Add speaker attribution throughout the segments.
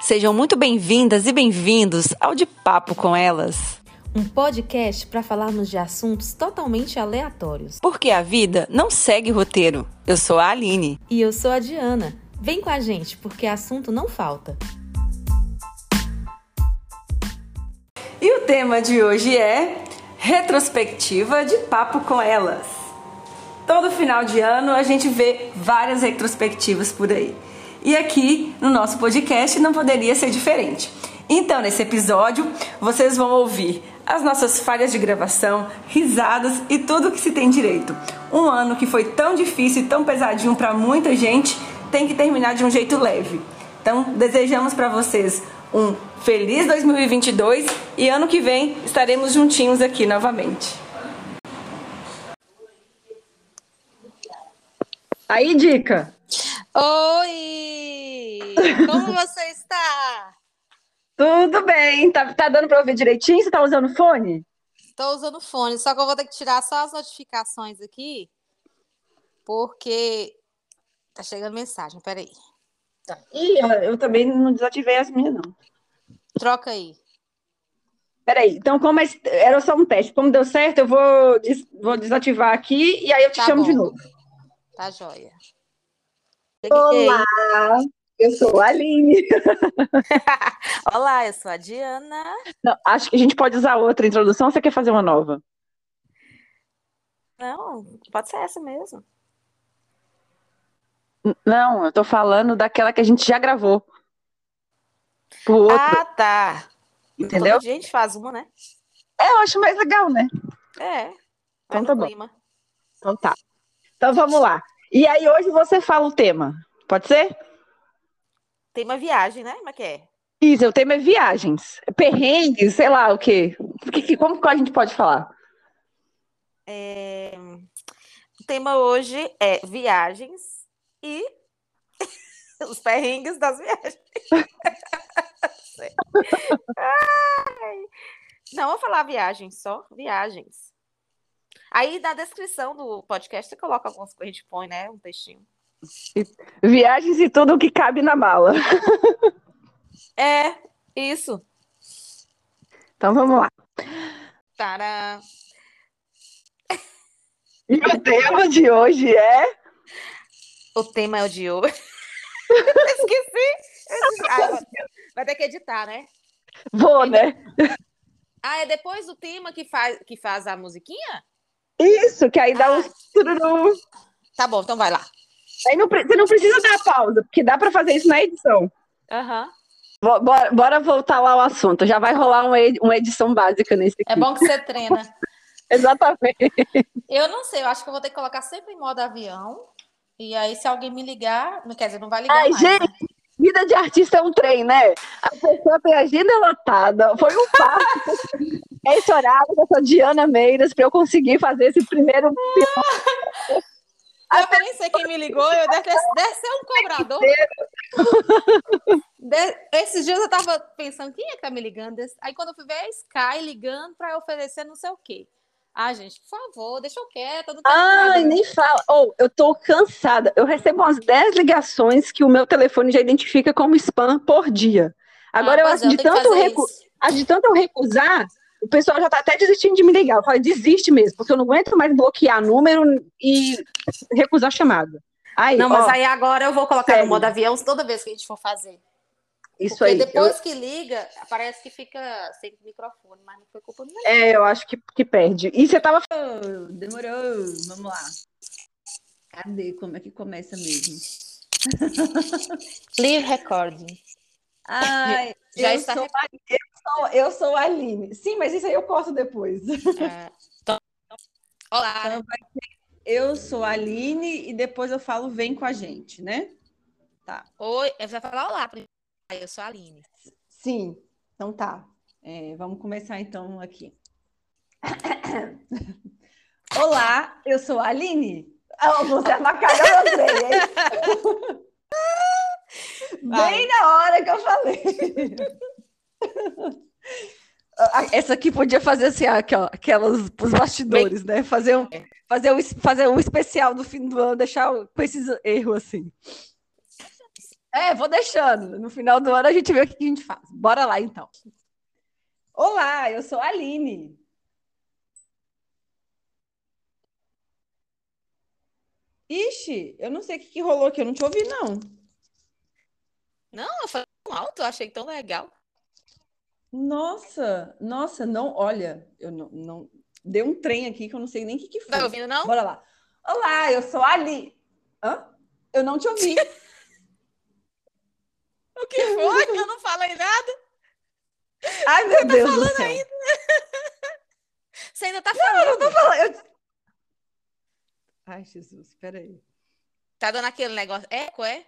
Speaker 1: Sejam muito bem-vindas e bem-vindos ao De Papo com Elas.
Speaker 2: Um podcast para falarmos de assuntos totalmente aleatórios.
Speaker 1: Porque a vida não segue roteiro. Eu sou a Aline.
Speaker 2: E eu sou a Diana. Vem com a gente, porque assunto não falta.
Speaker 1: E o tema de hoje é retrospectiva de papo com elas. Todo final de ano a gente vê várias retrospectivas por aí. E aqui no nosso podcast não poderia ser diferente. Então, nesse episódio, vocês vão ouvir as nossas falhas de gravação, risadas e tudo o que se tem direito. Um ano que foi tão difícil e tão pesadinho para muita gente tem que terminar de um jeito leve. Então, desejamos para vocês um feliz 2022 e ano que vem estaremos juntinhos aqui novamente.
Speaker 3: Aí, dica!
Speaker 4: Oi! Como você está?
Speaker 3: Tudo bem, tá, tá dando para ouvir direitinho? Você tá usando fone?
Speaker 4: Estou usando fone, só que eu vou ter que tirar só as notificações aqui, porque tá chegando mensagem, peraí.
Speaker 3: Tá. Ih, eu, eu também não desativei as minhas, não.
Speaker 4: Troca aí.
Speaker 3: Peraí, então como é, era só um teste, como deu certo, eu vou, des, vou desativar aqui e aí eu te
Speaker 4: Tá
Speaker 3: chamo de
Speaker 4: bom.
Speaker 3: novo.
Speaker 4: Tá joia.
Speaker 3: Olá, eu sou a Aline.
Speaker 4: Olá, eu sou a Diana.
Speaker 3: Não, acho que a gente pode usar outra introdução, ou você quer fazer uma nova?
Speaker 4: Não, pode ser essa mesmo.
Speaker 3: N- Não, eu tô falando daquela que a gente já gravou. Pro outro,
Speaker 4: Ah, tá.
Speaker 3: entendeu?
Speaker 4: Todo dia a gente faz uma, né?
Speaker 3: É, eu acho mais legal, né?
Speaker 4: É.
Speaker 3: Então
Speaker 4: no
Speaker 3: tá bom.
Speaker 4: clima.
Speaker 3: Então tá. Então vamos lá. E aí hoje você fala o tema, pode ser?
Speaker 4: Tem uma viagem, né? Como é que é?
Speaker 3: Isso, o tema é viagens, perrengues, sei lá o quê. O que que- como que a gente pode falar?
Speaker 4: O tema hoje é viagens e os perrengues das viagens. Ai. Não, vou falar viagens só, viagens. Aí na descrição do podcast você coloca algumas coisas, a gente põe, né? Um textinho.
Speaker 3: Viagens e tudo o que cabe na mala.
Speaker 4: É, isso.
Speaker 3: Então vamos lá.
Speaker 4: Tcharam.
Speaker 3: E o tema de hoje é.
Speaker 4: O tema é o de hoje. Esqueci. Esqueci. Ah, vai- vai ter que editar, né?
Speaker 3: Vou, né?
Speaker 4: Ah, é depois do tema que faz, que faz a musiquinha?
Speaker 3: Isso, que aí dá
Speaker 4: Ah.
Speaker 3: uns. tururu.
Speaker 4: Tá bom, então vai lá.
Speaker 3: Aí não, pre- você não precisa dar pausa, porque dá pra fazer isso na edição.
Speaker 4: Aham.
Speaker 3: Bo- Bora, bora voltar lá ao assunto. Já vai rolar uma edi- uma edição básica nesse
Speaker 4: É
Speaker 3: aqui.
Speaker 4: bom que você treina.
Speaker 3: Exatamente.
Speaker 4: Eu não sei, eu acho que eu vou ter que colocar sempre em modo avião. E aí, se alguém me ligar, não quer dizer, não vai ligar.
Speaker 3: Ai,
Speaker 4: mais,
Speaker 3: gente,
Speaker 4: né?
Speaker 3: vida de artista é um trem, né? A pessoa tem a agenda lotada, foi um passo. é esse horário com essa Diana Meiras pra eu conseguir fazer esse primeiro.
Speaker 4: Eu nem sei quem me ligou, eu deve, deve ser um cobrador. De- esses dias eu tava pensando, quem é que tá me ligando? Aí quando eu fui ver, é a Sky ligando pra oferecer não sei o quê. Ah, gente, por favor, deixa eu quieto. eu não quero
Speaker 3: Ai,
Speaker 4: nada.
Speaker 3: nem fala. Ou eu tô cansada. Eu recebo umas 10 ligações que o meu telefone já identifica como spam por dia. Agora
Speaker 4: Ah,
Speaker 3: eu
Speaker 4: pois
Speaker 3: acho
Speaker 4: é,
Speaker 3: de
Speaker 4: tenho que
Speaker 3: tanto
Speaker 4: fazer
Speaker 3: recu...
Speaker 4: isso.
Speaker 3: Ah, de tanto eu recusar, o pessoal já tá até desistindo de me ligar. Eu falo, desiste mesmo, porque eu não aguento mais bloquear número e recusar chamada. Aí,
Speaker 4: Não,
Speaker 3: ó,
Speaker 4: mas aí agora eu vou colocar
Speaker 3: sério.
Speaker 4: no modo avião toda vez que a gente for fazer.
Speaker 3: isso
Speaker 4: Porque
Speaker 3: aí. Eu,
Speaker 4: depois que liga, parece que fica sem microfone, mas não foi culpa minha.
Speaker 3: é, eu acho que, que perde. E você tava.
Speaker 5: Demorou, demorou. Vamos lá. Cadê? Como é que começa mesmo?
Speaker 4: Clear recording.
Speaker 5: Ai,
Speaker 4: Já
Speaker 5: eu,
Speaker 4: está
Speaker 5: sou a, eu, sou, eu sou a Aline. Sim, mas isso aí eu corto depois.
Speaker 4: Olá. né?
Speaker 5: Então, vai ser eu sou a Aline e depois eu falo vem com a gente, né?
Speaker 4: Oi, você vai falar olá primeiro. Aí, Eu sou a Aline.
Speaker 5: Sim. Então tá. É, vamos começar então aqui. Olá, eu sou a Aline. Ah, você na cara eu lembrei, hein? Bem na hora que eu falei. Ah, Essa aqui podia fazer assim, ah, aquela- aquelas os bastidores, né? Fazer um, fazer, um, es- fazer um especial no fim do ano, deixar o- com esses erros assim.
Speaker 3: É, vou deixando. No final do ano a gente vê o que a gente faz. Bora lá, então. Olá, eu sou a Aline. Ixi, eu não sei o que, que rolou aqui, eu não te ouvi, não.
Speaker 4: Não, eu falei tão alto, eu achei tão legal.
Speaker 3: Nossa, nossa, não, olha, eu não, não deu um trem aqui que eu não sei nem o que, que foi.
Speaker 4: Tá ouvindo, não?
Speaker 3: Bora lá. Olá, eu sou a Ali. Hã? Eu não te ouvi.
Speaker 4: O que foi? Eu não falei nada.
Speaker 3: Ai,
Speaker 4: tá
Speaker 3: meu Deus do céu.
Speaker 4: Você ainda tá falando.
Speaker 3: Eu tô falando. eu- Ai, Jesus, peraí.
Speaker 4: Tá dando aquele negócio. Eco, é?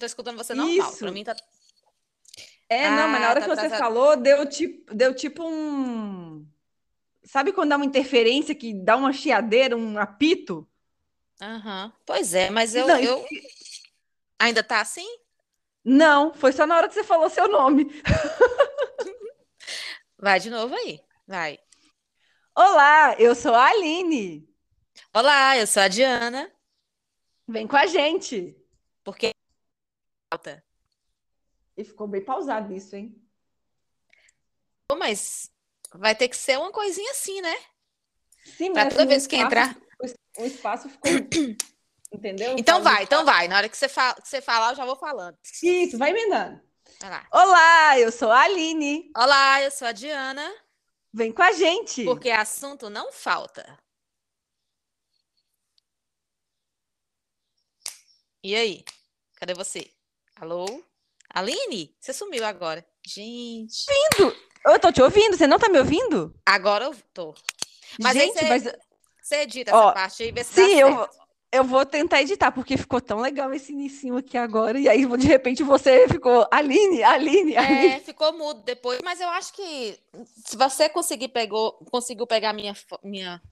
Speaker 4: Tô escutando você normal.
Speaker 3: Isso.
Speaker 4: Pra mim tá.
Speaker 3: É, não, mas na
Speaker 4: Ah,
Speaker 3: hora
Speaker 4: tá
Speaker 3: que você
Speaker 4: atrasado.
Speaker 3: falou, deu tipo, deu tipo um. Sabe quando dá uma interferência que dá uma chiadeira, um apito?
Speaker 4: Aham. Pois é, mas eu,
Speaker 3: Não,
Speaker 4: eu. Ainda tá assim?
Speaker 3: Não, foi só na hora que você falou seu nome.
Speaker 4: Vai de novo aí. Vai.
Speaker 3: Olá, eu sou a Aline.
Speaker 4: Olá, eu sou a Diana.
Speaker 3: Vem com a gente.
Speaker 4: Porque. Falta.
Speaker 3: E ficou bem pausado isso, hein?
Speaker 4: Pô, mas vai ter que ser uma coisinha assim, né?
Speaker 3: Sim,
Speaker 4: Pra
Speaker 3: mas
Speaker 4: toda
Speaker 3: assim, o
Speaker 4: vez que
Speaker 3: espaço-
Speaker 4: entrar.
Speaker 3: O espaço ficou. Entendeu?
Speaker 4: Então
Speaker 3: Falou
Speaker 4: vai, então vai. Na hora que você, fa- que você falar, eu já vou falando.
Speaker 3: Isso, vai emendando.
Speaker 4: Vai lá.
Speaker 3: Olá, eu sou a Aline.
Speaker 4: Olá, eu sou a Diana.
Speaker 3: Vem com a gente.
Speaker 4: Porque assunto não falta. E aí? Cadê você? Alô? Aline? Você sumiu agora. Gente.
Speaker 3: Eu tô te ouvindo, você não tá me ouvindo?
Speaker 4: Agora eu tô. Mas aí
Speaker 3: gente,
Speaker 4: você-
Speaker 3: mas
Speaker 4: Você edita essa
Speaker 3: Ó,
Speaker 4: parte aí, vê se dá
Speaker 3: sim, eu,
Speaker 4: certo.
Speaker 3: eu vou tentar editar, porque ficou tão legal esse inicinho aqui agora. E aí, de repente, você ficou Aline, Aline, Aline.
Speaker 4: É, ficou mudo depois, mas eu acho que se você conseguir pegou, conseguiu pegar minha, fa- minha,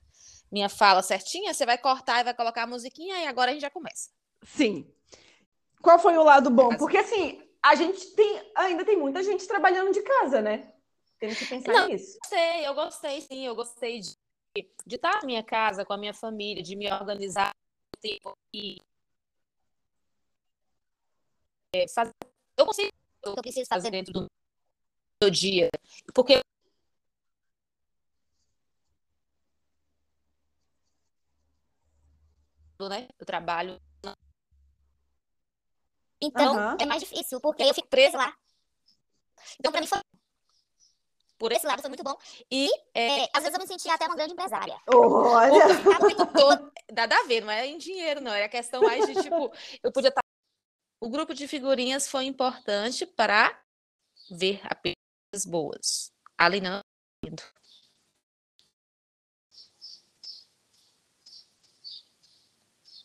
Speaker 4: minha fala certinha, você vai cortar e vai colocar a musiquinha e agora a gente já começa.
Speaker 3: Sim. Qual foi o lado bom?
Speaker 4: Mas-
Speaker 3: Porque assim, a gente tem ainda tem muita gente trabalhando de casa, né? Temos que pensar
Speaker 4: Não.
Speaker 3: nisso.
Speaker 4: Gostei, eu gostei sim, eu gostei de, de estar na minha casa com a minha família, de me organizar o tempo e é, fazer. Eu consigo o que eu preciso fazer dentro do meu dia, porque né, eu trabalho.
Speaker 6: Então,
Speaker 3: Aham.
Speaker 6: é mais difícil, porque eu fico presa lá. Então, pra mim, foi,
Speaker 4: Por
Speaker 6: por
Speaker 4: esse
Speaker 6: esse
Speaker 4: lado,
Speaker 6: lado foi muito bom.
Speaker 4: e
Speaker 6: É, às vezes eu me sentia até uma grande empresária.
Speaker 3: Olha!
Speaker 4: Tá muito todo- Nada a ver, não é em dinheiro, não. Era questão mais de tipo, eu podia estar. O grupo de figurinhas foi importante para ver apenas boas. Ali não.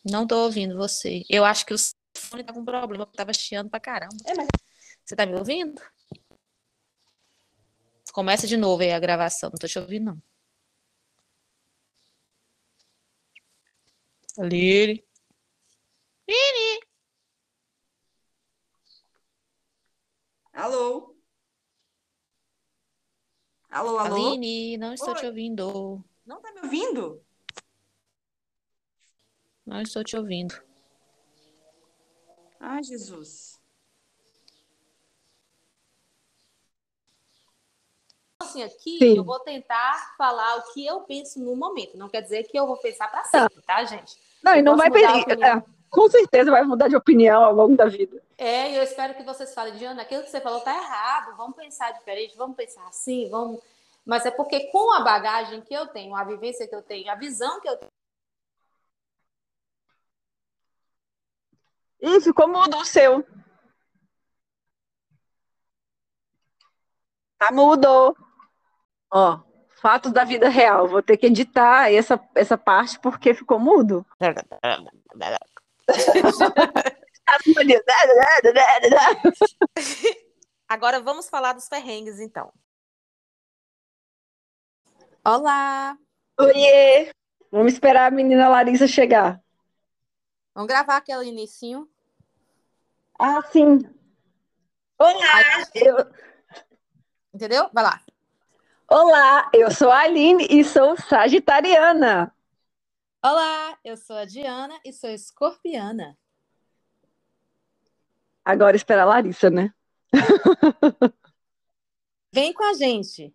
Speaker 4: Não tô ouvindo você. Eu acho que o seu fone tá com problema, porque tava chiando pra caramba.
Speaker 3: É, mas-
Speaker 4: Você tá me ouvindo? Começa de novo aí a gravação. Não tô te ouvindo, não. Lili. Lili.
Speaker 3: Alô? Alô, alô?
Speaker 4: Aline, não estou te ouvindo.
Speaker 3: Não tá me ouvindo?
Speaker 4: Não estou te ouvindo.
Speaker 3: Ai, Jesus.
Speaker 4: Assim, aqui
Speaker 7: Sim.
Speaker 4: eu vou tentar falar o que eu penso no momento. Não quer dizer que eu vou pensar para sempre, tá, gente?
Speaker 7: Não, e
Speaker 4: Eu
Speaker 7: não
Speaker 4: posso
Speaker 7: vai
Speaker 4: mudar a
Speaker 7: perder.
Speaker 4: opinião.
Speaker 7: é, com certeza vai mudar de opinião ao longo da vida.
Speaker 4: É, e eu espero que vocês falem, Diana, aquilo que você falou tá errado, vamos pensar diferente, vamos pensar assim, vamos. Mas é porque com a bagagem que eu tenho, a vivência que eu tenho, a visão que eu tenho,
Speaker 7: Ih, ficou mudo o seu. Tá mudo. Ó, fatos da vida real. Vou ter que editar essa, essa parte porque ficou mudo.
Speaker 4: Agora vamos falar dos perrengues, então.
Speaker 8: Olá!
Speaker 7: Oiê! Vamos esperar a menina Larissa chegar.
Speaker 4: Vamos gravar aquele inicinho.
Speaker 7: Ah, sim. Olá, eu,
Speaker 4: Entendeu? Vai lá.
Speaker 7: olá, eu sou a Aline e sou sagitariana.
Speaker 4: Olá, eu sou a Diana e sou escorpiana.
Speaker 3: Agora espera a Larissa, né?
Speaker 4: Vem com a gente.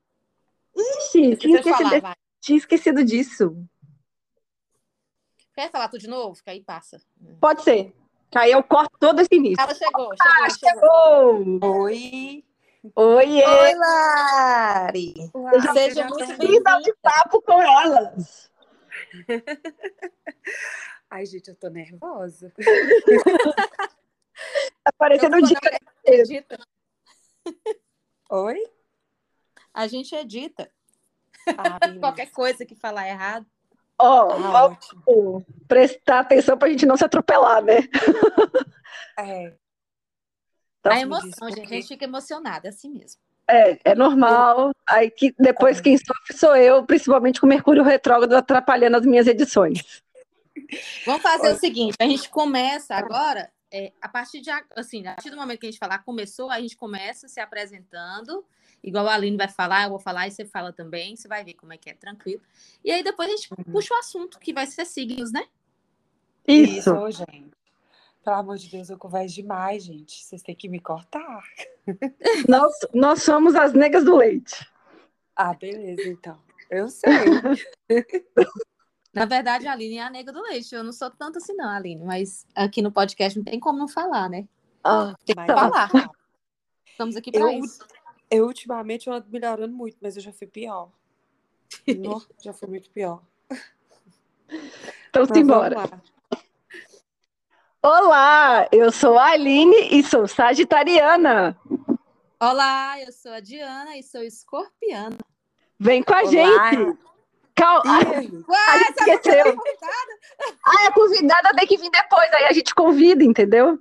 Speaker 3: Ixi,
Speaker 4: Você
Speaker 3: tinha
Speaker 4: quer
Speaker 3: esquecido,
Speaker 4: falar, vai.
Speaker 3: tinha esquecido disso.
Speaker 4: Quer falar tudo de novo? Que aí passa.
Speaker 3: Pode ser. Que aí eu corto todo esse início.
Speaker 4: Ela chegou, chegou, Ah, chegou.
Speaker 3: Chegou!
Speaker 9: Oi.
Speaker 3: Oiê!
Speaker 4: Oi, Lari. Seja muito bem-vinda.
Speaker 3: Bem-vinda de papo com elas!
Speaker 9: Ai, gente, eu tô nervosa.
Speaker 3: Tá parecendo
Speaker 4: Eu
Speaker 3: o
Speaker 4: tô
Speaker 3: dia
Speaker 4: Edita.
Speaker 9: Oi?
Speaker 4: A gente edita.
Speaker 9: Ah,
Speaker 4: Qualquer coisa que falar errado.
Speaker 3: Ó, ó,
Speaker 9: ah, ótimo.
Speaker 3: prestar atenção pra gente não se atropelar, né?
Speaker 9: É,
Speaker 3: Tá
Speaker 4: a
Speaker 9: me diz
Speaker 4: emoção,
Speaker 9: por
Speaker 4: gente. A
Speaker 9: quê.
Speaker 4: gente fica emocionada, é assim mesmo.
Speaker 3: É, é normal. Aí que depois quem sofre sou eu, principalmente com o Mercúrio retrógrado atrapalhando as minhas edições.
Speaker 4: Vamos fazer o seguinte: a gente começa agora, é, a partir de ag- assim, a partir do momento que a gente falar começou, a gente começa se apresentando, igual a Aline vai falar, eu vou falar e você fala também, você vai ver como é que é, tranquilo. E aí depois a gente puxa o assunto, que vai ser signos, né?
Speaker 9: isso,
Speaker 3: Isso.
Speaker 9: ô, gente. Pelo amor de Deus, eu converso demais, gente. Vocês têm que me cortar.
Speaker 3: Nós, nós somos as negas do leite.
Speaker 9: Ah, beleza, então. Eu sei.
Speaker 4: Na verdade, a Aline é a nega do leite. Eu não sou tanto assim, não, Aline, mas aqui no podcast não tem como não falar, né?
Speaker 3: Ah,
Speaker 9: Mas,
Speaker 4: Falar. Estamos aqui para
Speaker 9: Eu-
Speaker 4: isso.
Speaker 9: Eu ultimamente eu ando melhorando muito, mas eu já fui pior. Nó, já fui muito pior.
Speaker 3: então
Speaker 9: Mas
Speaker 3: simbora.
Speaker 9: vamos lá.
Speaker 3: Olá, eu sou a Aline e sou sagitariana.
Speaker 4: Olá, eu sou a Diana e sou escorpiana.
Speaker 3: Vem com a
Speaker 9: Olá.
Speaker 3: gente. Calma. Ah,
Speaker 9: Ih,
Speaker 3: a gente esqueceu. Ah, é convidada, tem que vir depois. Aí a gente convida, entendeu?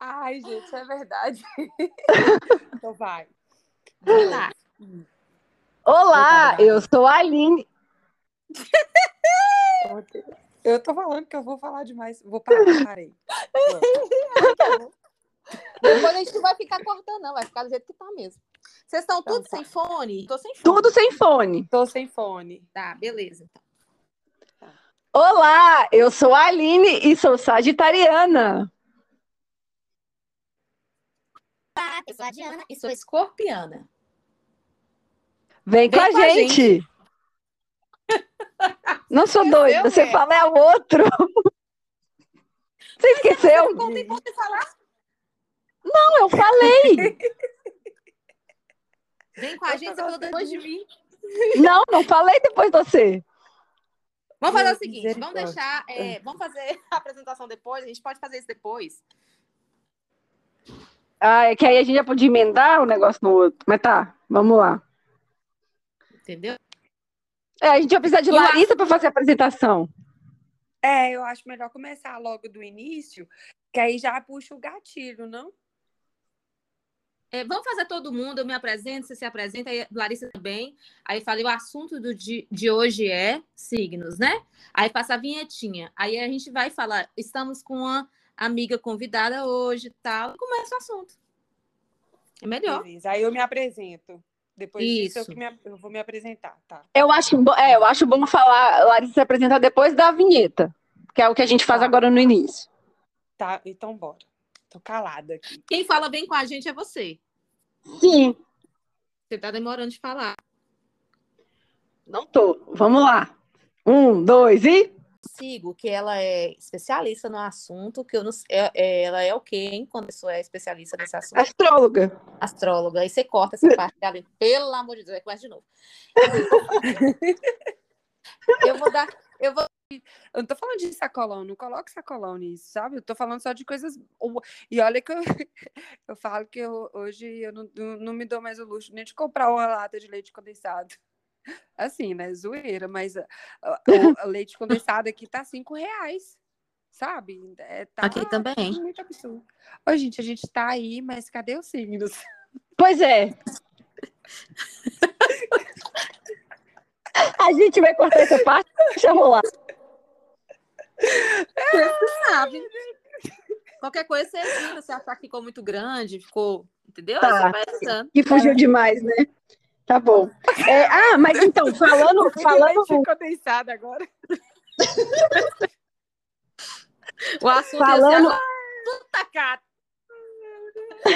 Speaker 9: Ai, gente, é verdade. então vai.
Speaker 4: Olá.
Speaker 3: Olá, eu sou a Aline.
Speaker 9: Eu tô falando que eu vou falar demais. Vou parar, parei.
Speaker 4: Depois a gente não vai ficar cortando, não. Vai ficar do jeito que tá mesmo. Vocês estão tudo sem fone? Tô sem fone.
Speaker 3: Tudo sem fone.
Speaker 9: Tô sem fone.
Speaker 4: Tá, beleza. Então.
Speaker 3: Olá, eu sou a Aline e sou sagitariana.
Speaker 6: Olá, eu sou a Diana
Speaker 4: E
Speaker 6: e
Speaker 4: sou
Speaker 6: sou
Speaker 4: escorpiana.
Speaker 3: Vem, com, a, gente. Não sou doida, você
Speaker 4: velho.
Speaker 3: fala é o outro. Você esqueceu?
Speaker 4: Não tem como você falar.
Speaker 3: Não, eu falei.
Speaker 4: Vem com a gente, você falou depois de mim.
Speaker 3: Não, não falei depois de você.
Speaker 4: Vamos fazer o
Speaker 9: Meu
Speaker 4: seguinte, vamos deixar,
Speaker 9: misericórdia.
Speaker 4: é, vamos fazer a apresentação depois, a gente pode fazer isso depois.
Speaker 3: Ah, é que aí a gente já podia emendar um negócio no outro. Mas tá, vamos lá.
Speaker 4: Entendeu?
Speaker 3: É, a gente vai precisar de
Speaker 4: Olá.
Speaker 3: Larissa para fazer a apresentação.
Speaker 9: É, eu acho melhor começar logo do início, que aí já puxa o gatilho, não?
Speaker 4: É, vamos fazer todo mundo, eu me apresento, você se apresenta, aí a Larissa também. Aí falei, o assunto do de, de hoje é signos, né? Aí passa a vinhetinha. Aí a gente vai falar, estamos com uma amiga convidada hoje e tal. E começa o assunto. É melhor.
Speaker 9: Beleza. Aí eu me apresento. Depois disso, eu,
Speaker 4: Isso.
Speaker 9: que me- eu vou me apresentar, tá?
Speaker 3: Eu acho, bo- é, eu acho bom falar, Larissa se apresentar depois da vinheta, que é o que a gente faz
Speaker 9: Tá.
Speaker 3: agora no início.
Speaker 9: Tá, então bora. Tô calada aqui.
Speaker 4: Quem fala bem com a gente é você.
Speaker 3: Sim,
Speaker 4: Você tá demorando de falar.
Speaker 3: não tô. Vamos lá. Um, dois e.
Speaker 4: Sigo, que ela é especialista no assunto, que eu não sei- é- é- ela é o quê, hein? Quando a pessoa é especialista nesse assunto.
Speaker 3: Astróloga.
Speaker 4: astróloga. Aí você corta essa parte ali. Pelo amor de Deus, aí começa de novo. Eu vou dar. Eu vou.
Speaker 9: Eu não tô falando de sacolão, não coloque sacolão nisso, sabe? Eu tô falando só de coisas. bo- E olha que eu, eu falo que eu- hoje eu não, não- não me dou mais o luxo nem de comprar uma lata de leite condensado. Assim, né? Zoeira, mas ah, ah, o, o leite condensado aqui tá cinco reais, sabe? É, tá
Speaker 4: Aqui também.
Speaker 9: Muito absurdo. Ô, gente, a gente tá aí, mas cadê os signos?
Speaker 3: Pois é. a gente vai cortar essa parte, deixa rolar.
Speaker 4: Sabe? Qualquer coisa você edita, se achar que ficou muito grande, ficou. Entendeu?
Speaker 3: Tá.
Speaker 4: Aí Você vai editando.
Speaker 3: Que fugiu demais, né? Tá bom. É, ah, mas então, falando,
Speaker 10: Tá
Speaker 3: falando,
Speaker 9: Leite condensado agora.
Speaker 4: O assunto
Speaker 3: Falando-
Speaker 4: é assim, ah, puta cara.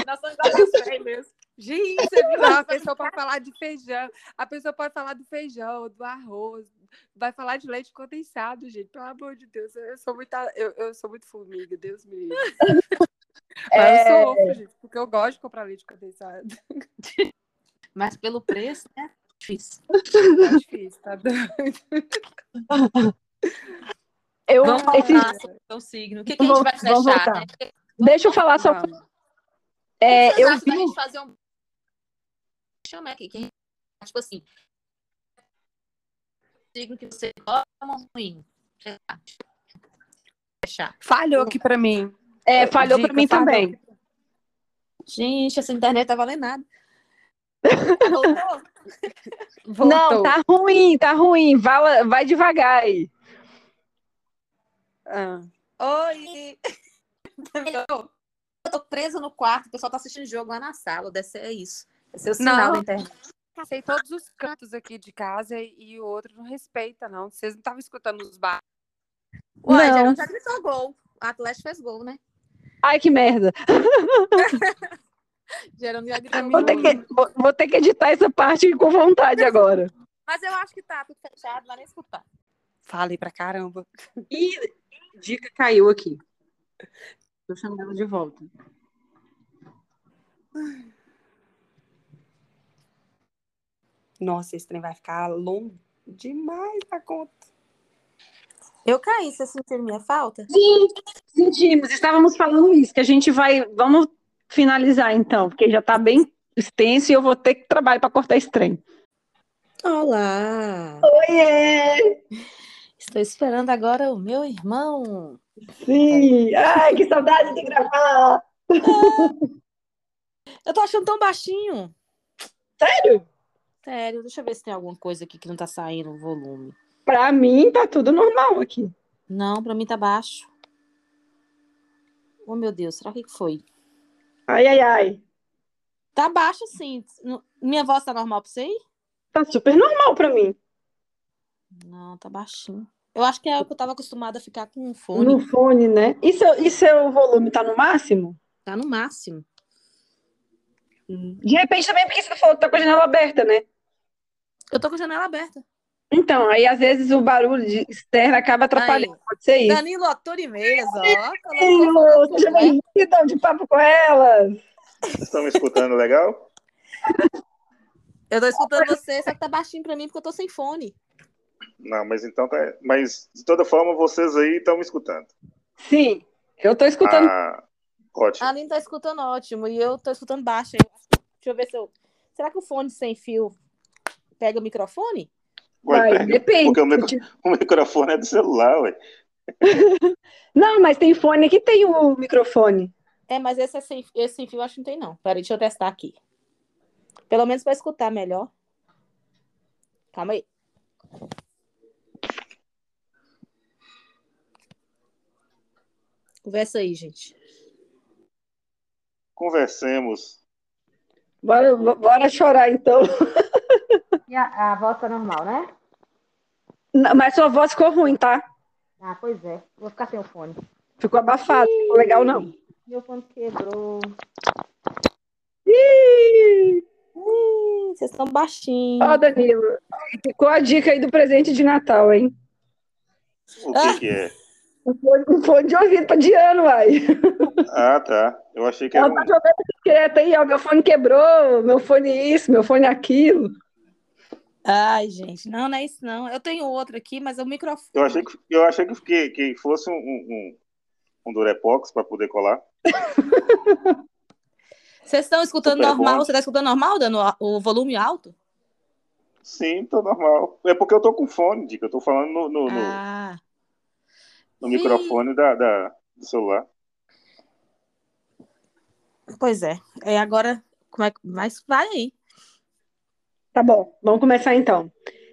Speaker 4: Nós somos igual os três mesmo.
Speaker 10: Gente, você viu lá, a pessoa pode falar de feijão, a pessoa pode falar do feijão, do arroz, vai falar de leite condensado, gente. Pelo amor de Deus, eu sou muito, eu, eu sou muito formiga, Deus me livre. Mas
Speaker 3: é,
Speaker 10: eu sofro, gente, porque eu gosto de comprar leite condensado.
Speaker 4: Mas pelo preço, né? Difícil.
Speaker 10: Tá difícil, tá doido.
Speaker 11: Eu,
Speaker 4: Vamos
Speaker 11: Então, esse-
Speaker 4: falar sobre o seu signo. O que, que a gente vai
Speaker 11: Vamos
Speaker 4: fechar,
Speaker 11: voltar.
Speaker 4: né? O que-
Speaker 11: deixa eu falar só.
Speaker 10: Vamos.
Speaker 11: é,
Speaker 4: Vocês
Speaker 11: eu
Speaker 4: acham da
Speaker 11: vi
Speaker 4: gente fazer um. Chama aqui. Quem... Tipo assim. Signo que você gosta ou ruim. Sei lá. Fechar.
Speaker 10: Falhou aqui pra mim.
Speaker 11: É, falhou pra
Speaker 10: Dica,
Speaker 3: tá
Speaker 11: mim
Speaker 10: falhou.
Speaker 11: também.
Speaker 4: Gente, essa internet tá valendo nada. Tá voltando?
Speaker 11: Não, tá ruim, tá ruim. Vai, vai devagar aí.
Speaker 10: Ah,
Speaker 4: Oi! Melhorou? Eu tô presa no quarto, o pessoal tá assistindo jogo lá na sala. Deve ser isso. Esse é o sinal
Speaker 10: Não.
Speaker 4: da internet.
Speaker 10: passei todos os cantos aqui de casa e o outro não respeita, não. Vocês não estavam escutando os bar.
Speaker 4: Ué,
Speaker 11: Não.
Speaker 4: Geraldo já gritou gol. O Atlético fez gol, né?
Speaker 11: Ai, que merda.
Speaker 4: Geraldo já gritou
Speaker 11: Vou
Speaker 4: gol.
Speaker 11: ter
Speaker 3: Hum.
Speaker 11: que, vou, vou ter que editar essa parte com vontade agora.
Speaker 4: Mas eu acho que tá tudo fechado, vai nem escutar.
Speaker 10: Falei pra caramba.
Speaker 3: E dica caiu aqui. Tô chamando ela de volta.
Speaker 10: Nossa, esse trem vai ficar longo demais da conta.
Speaker 4: Eu caí, vocês sentiram minha falta?
Speaker 3: Sentimos, estávamos falando isso, que a gente vai. Vamos finalizar então, porque já tá bem extenso e eu vou ter que trabalhar para cortar esse trem.
Speaker 4: Olá!
Speaker 3: É,
Speaker 4: Estou esperando agora o meu irmão.
Speaker 3: Sim! Ai, que saudade de gravar!
Speaker 4: Eu tô achando tão baixinho.
Speaker 3: Sério?
Speaker 4: Sério, deixa eu ver se tem alguma coisa aqui que não tá saindo o volume.
Speaker 3: Pra mim tá tudo normal aqui.
Speaker 4: Não, pra mim tá baixo. Oh, meu Deus, será que foi?
Speaker 3: Ai, ai, ai.
Speaker 4: Tá baixo, sim. N- Minha voz tá normal pra você aí?
Speaker 3: Tá super normal pra mim.
Speaker 4: Não, tá baixinho. Eu acho que é o que eu tava acostumada a ficar com um fone.
Speaker 3: No fone, né? E seu, e seu volume tá no máximo?
Speaker 4: Tá no máximo.
Speaker 3: De repente também, porque você falou que tá com a janela aberta, né?
Speaker 4: Eu tô com a janela aberta.
Speaker 3: Então, aí às vezes o barulho de externo acaba atrapalhando, pode ser isso.
Speaker 4: Danilo Otorimeza, ó.
Speaker 3: Danilo, seja
Speaker 4: né?
Speaker 3: bem-vindo de papo com elas.
Speaker 12: Vocês estão me escutando legal?
Speaker 4: Eu tô escutando você, só que tá baixinho pra mim porque eu tô sem fone.
Speaker 12: Não, mas então tá. Mas de toda forma, vocês aí estão me escutando.
Speaker 3: Sim, eu tô escutando.
Speaker 12: Ah, ótimo.
Speaker 4: A Aline tá escutando ótimo e eu tô escutando baixo. Deixa eu ver se eu. Será que o fone sem fio pega o microfone?
Speaker 12: Ué,
Speaker 3: Vai, depende.
Speaker 12: porque o micro- O microfone é do celular, ué.
Speaker 3: Não, mas tem fone que tem o microfone.
Speaker 4: É, mas esse, é sem, esse sem fio eu acho que não tem, não. Peraí, deixa eu testar aqui. Pelo menos pra escutar melhor. Calma aí. Conversa aí, gente.
Speaker 12: Conversemos.
Speaker 3: Bora, bora chorar então.
Speaker 4: E a, a voz tá normal, né?
Speaker 3: Não, mas sua voz ficou ruim, tá?
Speaker 4: Ah, pois é. Vou ficar sem o fone.
Speaker 3: Ficou abafado, não ficou legal não.
Speaker 4: Meu fone quebrou.
Speaker 3: Ih,
Speaker 4: Ih, Vocês estão baixinhos.
Speaker 12: Ah.
Speaker 3: Ó, Danilo, ficou a dica aí do presente de Natal, hein?
Speaker 12: O que, que é?
Speaker 3: Um fone, um fone de ouvido pra Diana, uai.
Speaker 12: Ah, tá. Eu achei que era
Speaker 3: Ela
Speaker 12: um.
Speaker 3: tá jogando discreto aí, ó. Meu fone quebrou, meu fone isso, meu fone aquilo.
Speaker 4: Ai, gente, não, não é isso não. Eu tenho outro aqui, mas é o microfone.
Speaker 12: Eu achei que, eu achei que, que, que fosse um, um, um Durepox para poder colar.
Speaker 4: Vocês estão escutando
Speaker 12: Super
Speaker 4: normal?
Speaker 12: bom.
Speaker 4: Você tá escutando normal, dando a- o volume alto?
Speaker 12: Sim, tô normal. É porque eu tô com fone, Dica. Eu tô falando no, no, no-
Speaker 4: Ah,
Speaker 12: no microfone da, da- do celular.
Speaker 4: pois é. É agora, como é que. Mas vai aí.
Speaker 3: Tá bom, vamos começar então.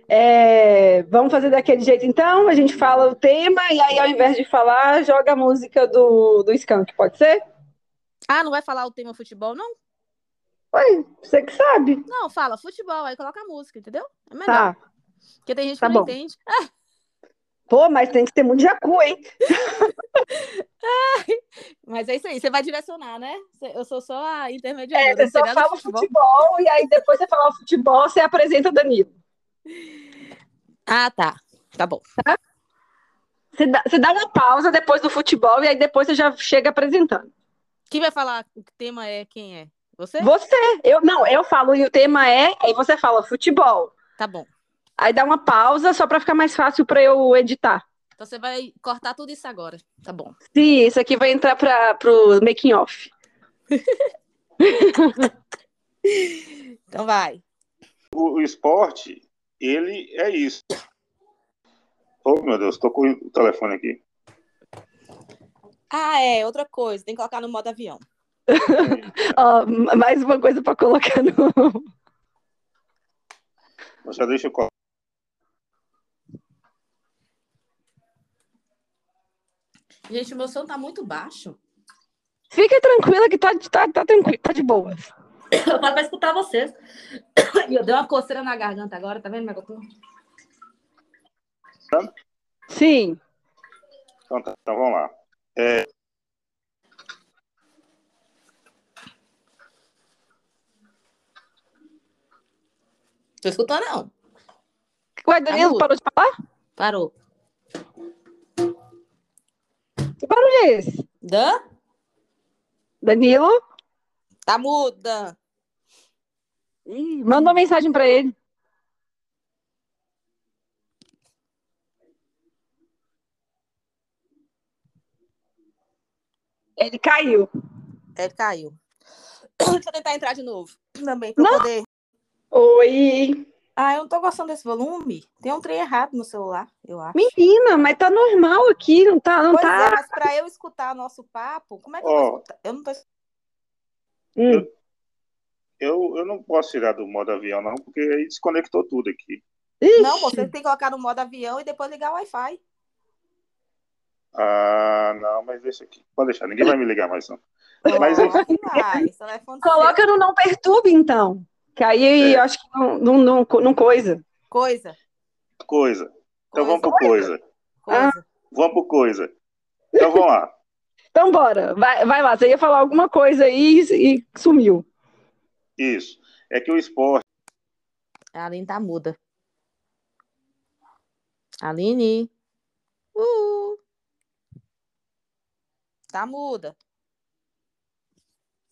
Speaker 3: É, vamos fazer daquele jeito então, a gente fala o tema e aí ao invés de falar, joga a música do, do Skank, pode ser?
Speaker 4: Ah, não vai falar o tema futebol, não?
Speaker 3: Ué, você que sabe.
Speaker 4: Não, fala futebol, aí coloca a música, entendeu? É melhor.
Speaker 3: Tá,
Speaker 4: Porque tem gente que
Speaker 3: tá
Speaker 4: não
Speaker 3: bom.
Speaker 4: entende.
Speaker 3: Pô, mas tem que ter muito jacu, hein?
Speaker 4: Mas é isso aí, você vai direcionar, né? Cê- Eu sou só a intermediadora.
Speaker 3: É,
Speaker 4: não
Speaker 3: você
Speaker 4: sei
Speaker 3: só
Speaker 4: nada de
Speaker 3: fala futebol. e aí depois você fala futebol, você apresenta o Danilo.
Speaker 4: Ah, tá. Tá bom.
Speaker 3: Você dá, você dá uma pausa depois do futebol e aí depois você já chega apresentando.
Speaker 4: Quem vai falar o que tema é quem é? Você?
Speaker 3: Você, eu não, eu falo e o tema é, aí você fala futebol.
Speaker 4: Tá bom.
Speaker 3: Aí dá uma pausa só pra ficar mais fácil pra eu editar.
Speaker 4: Então você vai cortar tudo isso agora. Tá bom.
Speaker 3: Sim, isso aqui vai entrar para pro making off.
Speaker 4: Então vai.
Speaker 12: O, o esporte, ele é isso. Oh, meu Deus, tô com o telefone aqui.
Speaker 4: Ah, é, outra coisa, tem que colocar no modo avião.
Speaker 3: Ó, mais uma coisa pra colocar no.
Speaker 12: Eu só deixa eu colocar.
Speaker 4: Gente, o meu som tá muito baixo.
Speaker 3: Fica tranquila que tá, tá, tá tranquilo, tá de boa.
Speaker 4: Eu paro pra escutar vocês. E eu dei uma coceira na garganta agora, tá vendo, minha coquinha?
Speaker 3: Sim.
Speaker 12: Então, tá, então vamos lá. É.
Speaker 4: Tô escutando, não.
Speaker 3: Ué, Danilo,
Speaker 4: Alô?
Speaker 3: parou de falar?
Speaker 4: Parou.
Speaker 3: Que barulho é esse?
Speaker 4: Dan?
Speaker 3: Danilo,
Speaker 4: Tá muda.
Speaker 3: Ih, manda uma mensagem pra ele. Ele caiu.
Speaker 4: Ele É, caiu. Deixa eu tentar entrar de novo. Também, pra eu poder.
Speaker 3: Oi.
Speaker 4: Ah, eu não tô gostando desse volume. Tem um trem errado no celular, eu acho.
Speaker 3: Menina, mas tá normal aqui, não tá? Não
Speaker 4: Pois
Speaker 3: tá.
Speaker 4: é, mas pra eu escutar nosso papo, como é que eu
Speaker 12: Ó.
Speaker 4: vou escutar? Eu não tô
Speaker 3: Hum.
Speaker 12: Eu, eu não posso tirar do modo avião, não, porque aí desconectou tudo aqui.
Speaker 4: Não,
Speaker 3: Ixi.
Speaker 4: você tem que colocar no modo avião e depois ligar o Wi-Fi.
Speaker 12: Ah, não, mas deixa aqui. Pode deixar, ninguém vai me ligar mais, não. Mas é- enfim,
Speaker 4: Nossa, Rai, esse telefone seu.
Speaker 3: Coloca no não perturbe, então. Que aí
Speaker 12: É.
Speaker 3: eu acho que não, não, não, não coisa.
Speaker 4: Coisa.
Speaker 12: coisa. Então
Speaker 4: coisa,
Speaker 12: vamos pro coisa.
Speaker 4: coisa.
Speaker 12: Vamos pro coisa. Então vamos lá.
Speaker 3: Então, bora. Vai, vai lá, você ia falar alguma coisa aí e, e sumiu.
Speaker 12: Isso. É que o esporte,
Speaker 4: A Aline tá muda. Aline. Uh. Tá muda.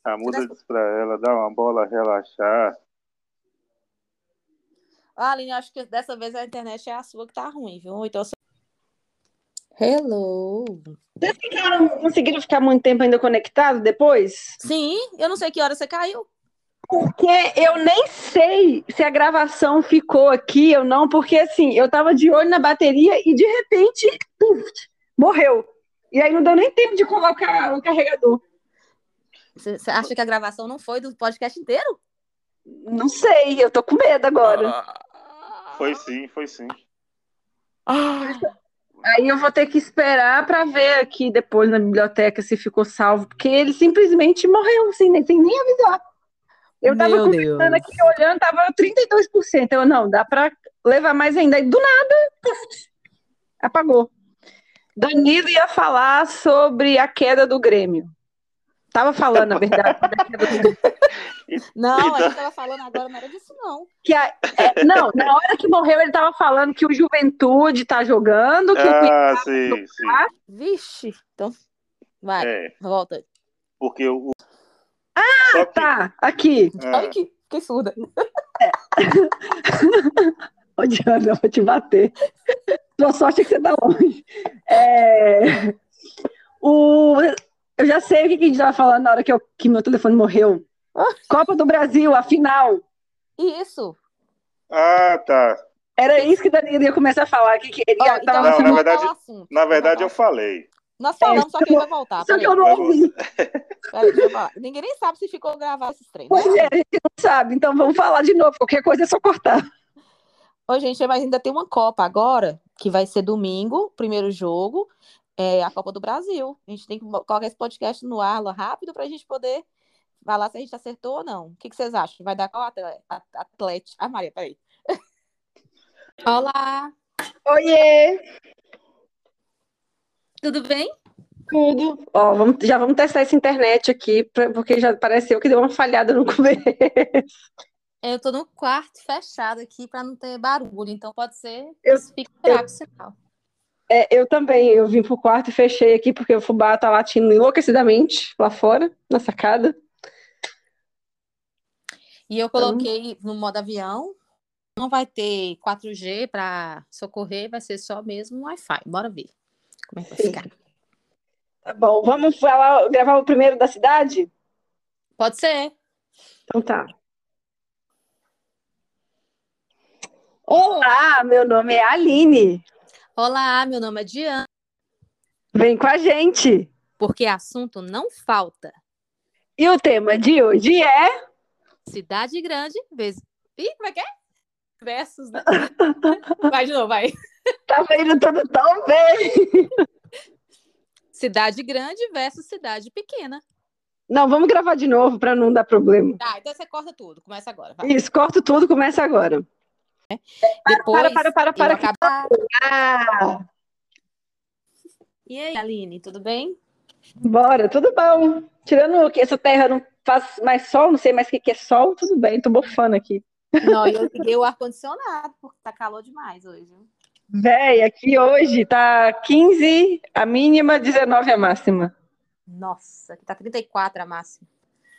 Speaker 12: a muda diz pra ela, dá uma bola, relaxar.
Speaker 4: Ah, Aline, eu acho que dessa vez a internet é a sua que tá ruim, viu? Então. você- Hello.
Speaker 3: Ficaram, conseguiram ficar muito tempo ainda conectado depois?
Speaker 4: Sim, eu não sei que hora você caiu.
Speaker 3: Porque eu nem sei se a gravação ficou aqui ou não, porque assim, eu tava de olho na bateria e de repente, puf, morreu. E aí não deu nem tempo de colocar o carregador.
Speaker 4: Você você acha que a gravação não foi do podcast inteiro?
Speaker 3: Não sei, eu tô com medo agora.
Speaker 12: Foi sim, foi sim.
Speaker 3: Aí eu vou ter que esperar pra ver aqui depois na biblioteca se ficou salvo, porque ele simplesmente morreu, assim, nem, sem nem avisar. Eu tava
Speaker 4: Meu
Speaker 3: conversando aqui, olhando, tava 32%. Eu, não, dá pra levar mais ainda. E do nada, puf, apagou. Danilo ia falar sobre a queda do Grêmio. Tava falando, na verdade, da queda do Grêmio.
Speaker 4: Não, a
Speaker 12: Então-
Speaker 4: gente tava falando agora, não era disso, não.
Speaker 3: Que a- é, não, na hora que morreu, ele tava falando que o Juventude tá jogando, que o
Speaker 12: Ah, sim, sim.
Speaker 4: Vixe. Então, vai,
Speaker 12: É,
Speaker 4: volta.
Speaker 12: porque o. Ah,
Speaker 3: tá aqui.
Speaker 12: É.
Speaker 4: Ai, que, que surda.
Speaker 3: Ô, Diana, eu vou te bater. Sua sorte é que você tá longe. É, O... Eu já sei o que que a gente tava falando na hora que, eu- que meu telefone morreu. Copa do Brasil, a final.
Speaker 4: Isso.
Speaker 12: Ah, tá.
Speaker 3: Era isso que Danilo ia começar a falar. Que, que ele
Speaker 4: Ó,
Speaker 3: ia-
Speaker 4: então,
Speaker 3: tava-
Speaker 12: Não,
Speaker 4: vamos
Speaker 12: na
Speaker 4: voltar
Speaker 12: verdade-
Speaker 4: ao assunto.
Speaker 12: Na verdade, eu
Speaker 4: Vamos
Speaker 12: falei.
Speaker 4: voltar. Nós falamos, só que ele vai voltar.
Speaker 3: Só
Speaker 4: peraí.
Speaker 3: que eu não ouvi.
Speaker 4: Peraí, deixa eu falar. Ninguém nem sabe se ficou gravado esses três. Né?
Speaker 3: Pois é, a gente não sabe. Então vamos falar de novo. Qualquer coisa é só cortar.
Speaker 4: Ô, gente, mas ainda tem uma Copa agora, que vai ser domingo, primeiro jogo, é a Copa do Brasil. A gente tem que colocar esse podcast no ar lá rápido pra gente poder falar se a gente acertou ou não. O que, que vocês acham? Vai dar qual atle- a- atlete? Ah, Maria, peraí. Olá!
Speaker 3: Oiê!
Speaker 4: Tudo bem?
Speaker 3: Tudo. Ó, vamos, já vamos testar essa internet aqui, pra- porque já pareceu que deu uma falhada no começo.
Speaker 4: Eu tô no quarto fechado aqui pra não ter barulho, então pode ser que
Speaker 3: Eu-
Speaker 4: isso fique fraco, sinal.
Speaker 3: É, eu também, eu vim pro quarto e fechei aqui, porque o fubá tá latindo enlouquecidamente lá fora, na sacada.
Speaker 4: E
Speaker 3: Então,
Speaker 4: eu coloquei no modo avião. Não vai ter 4G pra socorrer, vai ser só mesmo Wi-Fi. Bora ver como é que vai
Speaker 3: Sim.
Speaker 4: ficar.
Speaker 3: Tá bom, vamos falar, gravar o primeiro da cidade?
Speaker 4: Pode ser.
Speaker 3: Então tá. Olá, meu nome é Aline.
Speaker 4: Olá, meu nome é Diana,
Speaker 3: Vem com a gente.
Speaker 4: porque assunto não falta.
Speaker 3: E o tema de hoje é
Speaker 4: Cidade grande vezes. Ih, como é que é? Versus, né? Vai de novo, vai.
Speaker 3: Tá vendo tudo tão bem?
Speaker 4: Cidade grande versus cidade pequena.
Speaker 3: Não, vamos gravar de novo pra não dar problema.
Speaker 4: Tá, então você corta tudo. Começa agora. Vai.
Speaker 3: Isso, corto tudo, começa agora.
Speaker 4: Depois
Speaker 3: Para, para, para,
Speaker 4: eu
Speaker 3: para. que-
Speaker 4: acabar.
Speaker 3: Ah,
Speaker 4: E aí, Aline, tudo bem?
Speaker 3: bora, tudo bom. Tirando que essa terra não faz mais sol, não sei mais o que que é sol, tudo bem, tô bofando aqui.
Speaker 4: Não, eu liguei o ar-condicionado, porque tá calor demais hoje.
Speaker 3: Véi, aqui hoje tá 15 a mínima, 19 a máxima.
Speaker 4: Nossa, aqui tá 34 a máxima.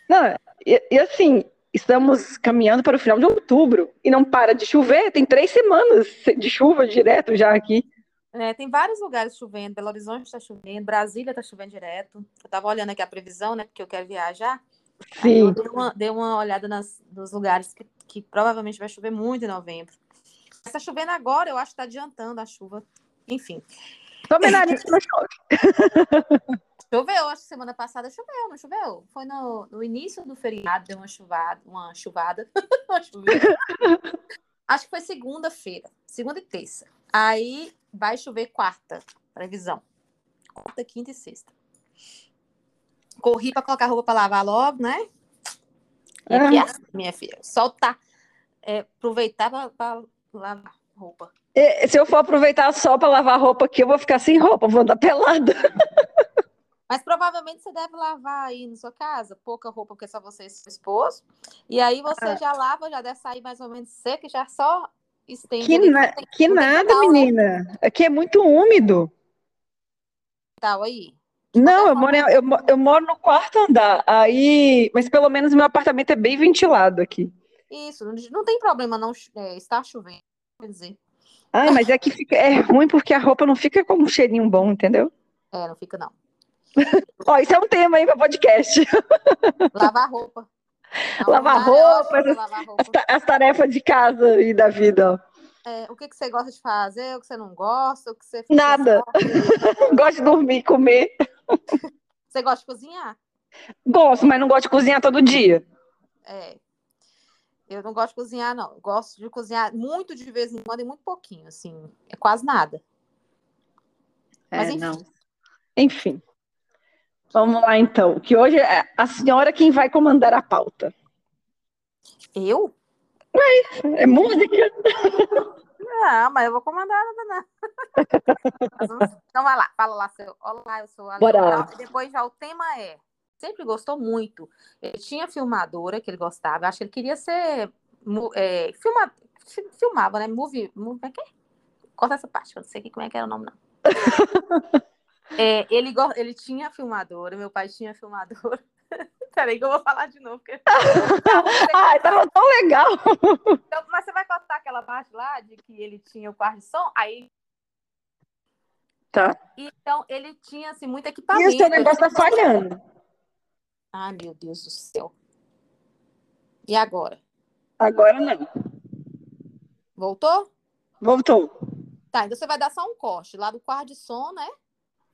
Speaker 3: Não, e, e assim, estamos caminhando para o final de outubro e não para de chover, tem três semanas de chuva direto já aqui.
Speaker 4: É, tem vários lugares chovendo. Belo Horizonte tá chovendo, Brasília tá chovendo direto. Eu tava olhando aqui a previsão, né? Porque eu quero viajar. Aí eu
Speaker 3: Sim,
Speaker 4: dei uma, dei uma olhada nas, nos lugares que, que provavelmente vai chover muito em novembro. Mas tá chovendo agora, eu acho que tá adiantando a chuva. Enfim,
Speaker 3: tome na lista, mas chove.
Speaker 4: choveu, acho que semana passada choveu, não choveu? Foi no, no início do feriado, deu uma chuvada, uma chuvada. Uma chuvinha. acho que foi segunda-feira, segunda e terça. Aí vai chover quarta, previsão. Quarta, quinta e sexta. Corri pra colocar a roupa pra lavar logo, né? E
Speaker 3: né?
Speaker 4: aqui é assim, minha filha. Soltar. É, aproveitar pra, pra lavar roupa.
Speaker 3: E se eu for aproveitar só para lavar roupa aqui, eu vou ficar sem roupa, vou andar pelada.
Speaker 4: Mas provavelmente você deve lavar aí na sua casa, pouca roupa, porque é só você e seu esposo. E aí você
Speaker 3: Ah.
Speaker 4: já lava, já deve sair mais ou menos seca, e já só estende.
Speaker 3: Que,
Speaker 4: ali,
Speaker 3: na-
Speaker 4: não tem-
Speaker 3: que
Speaker 4: não tem
Speaker 3: nada,
Speaker 4: tal, né,
Speaker 3: menina. Aqui é muito úmido.
Speaker 4: tal aí.
Speaker 3: Não,
Speaker 4: qualquer
Speaker 3: eu moro, em- eu, mo- eu moro no quarto andar. Aí, mas pelo menos meu apartamento é bem ventilado aqui.
Speaker 4: Isso, não, não tem problema não cho- é, estar chovendo. Quer dizer,
Speaker 3: Ai, mas é que fica- é ruim porque a roupa não fica com um cheirinho bom, entendeu?
Speaker 4: é, não fica não.
Speaker 3: Ó, isso é um tema aí para podcast.
Speaker 4: Lavar roupa. Não,
Speaker 3: Lavar
Speaker 4: não dá, é
Speaker 3: roupa, né?
Speaker 4: ótimo pra
Speaker 3: essas-
Speaker 4: lavar
Speaker 3: As,
Speaker 4: roupa.
Speaker 3: ta- as tarefas de casa e da vida, ó.
Speaker 4: É, o que, que você gosta de fazer, o que você não gosta, o que você...
Speaker 3: Nada. Gosto de dormir, comer.
Speaker 4: Você gosta de cozinhar?
Speaker 3: Gosto, mas não gosto de cozinhar todo dia.
Speaker 4: É. Eu não gosto de cozinhar, não. Eu Gosto de cozinhar muito de vez em quando e muito pouquinho, assim. É quase nada. Mas enfim.
Speaker 3: Enfim. Vamos lá então, que hoje é a senhora quem vai comandar a pauta.
Speaker 4: Eu?
Speaker 3: É música?
Speaker 4: Não, mas eu vou comandar nada, não. Mas vamos- Então vai lá, fala lá, seu. Olá, eu sou a
Speaker 3: Bora
Speaker 4: Aline
Speaker 3: lá.
Speaker 4: Brown. E Depois já o tema é. Sempre gostou muito. Ele tinha filmadora que ele gostava. Eu Acho que ele queria ser. mu- É, filma, fi- filmava, né? Movie. movie como é que é? Corta essa parte, que eu não sei como é que era o nome, não. É, ele, go- ele tinha filmadora, meu pai tinha filmadora. Peraí, que eu vou falar de novo. Porque... é
Speaker 3: Ai, tava tão legal.
Speaker 4: Então, mas você vai cortar aquela parte lá de que ele tinha o quarto de som, aí.
Speaker 3: Tá.
Speaker 4: E, Então, ele tinha assim, muito
Speaker 3: E
Speaker 4: equipamento. assim,
Speaker 3: o seu negócio tá falhando.
Speaker 4: Ai, Ah, meu Deus do céu. E agora?
Speaker 3: Agora não.
Speaker 4: Voltou?
Speaker 3: Voltou.
Speaker 4: Tá, então você vai dar só um corte lá do quarto de som, né?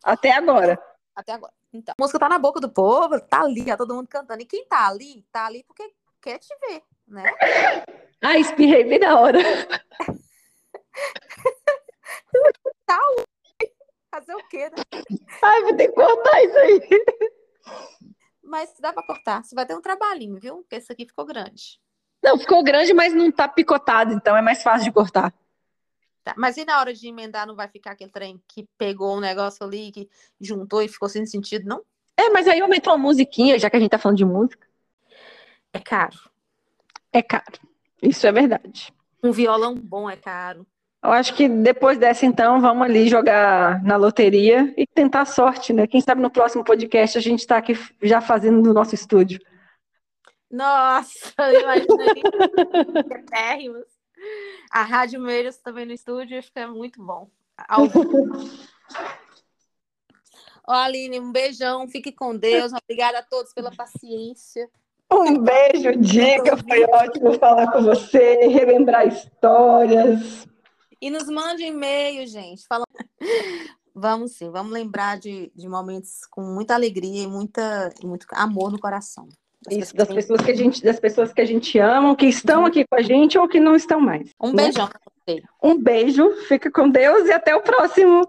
Speaker 3: Até agora.
Speaker 4: Até agora. Então, a música tá na boca do povo, tá ali, tá todo mundo cantando. E quem tá ali, tá ali porque quer te ver, né?
Speaker 3: Ah, espirrei bem na hora.
Speaker 4: Fazer o quê, né?
Speaker 3: Ai, vou ter que cortar isso aí.
Speaker 4: Mas dá pra cortar. Você vai ter um trabalhinho, viu? Porque esse aqui ficou grande.
Speaker 3: Não, ficou grande, mas não tá picotado, então é mais fácil de cortar.
Speaker 4: Tá, Mas e na hora de emendar, não vai ficar aquele trem que pegou um negócio ali, que juntou e ficou sem sentido, não?
Speaker 3: É, mas aí aumentou a musiquinha, já que a gente tá falando de música.
Speaker 4: É caro.
Speaker 3: É caro. Isso é verdade.
Speaker 4: Um violão bom é caro.
Speaker 3: Eu acho que depois dessa, então, vamos ali jogar na loteria e tentar a sorte, né? Quem sabe no próximo podcast a gente tá aqui já fazendo no nosso estúdio.
Speaker 4: Nossa, imaginei. Que térrimos. A Rádio Meiras também no estúdio ia ficar muito bom. Ao vivo. Ó, Aline, um beijão, fique com Deus. Obrigada a todos pela paciência.
Speaker 3: Um beijo, Dica. Foi ótimo falar com você, relembrar histórias.
Speaker 4: E nos mande e-mail, gente. Fala... Vamos sim, vamos lembrar de, de momentos com muita alegria e muita, e muito amor no coração.
Speaker 3: Isso, das pessoas que a gente, Uhum. das pessoas que a gente ama, que estão aqui com a gente ou que não estão mais.
Speaker 4: Um
Speaker 3: né?
Speaker 4: beijão.
Speaker 3: Um beijo, fica com Deus e até o próximo.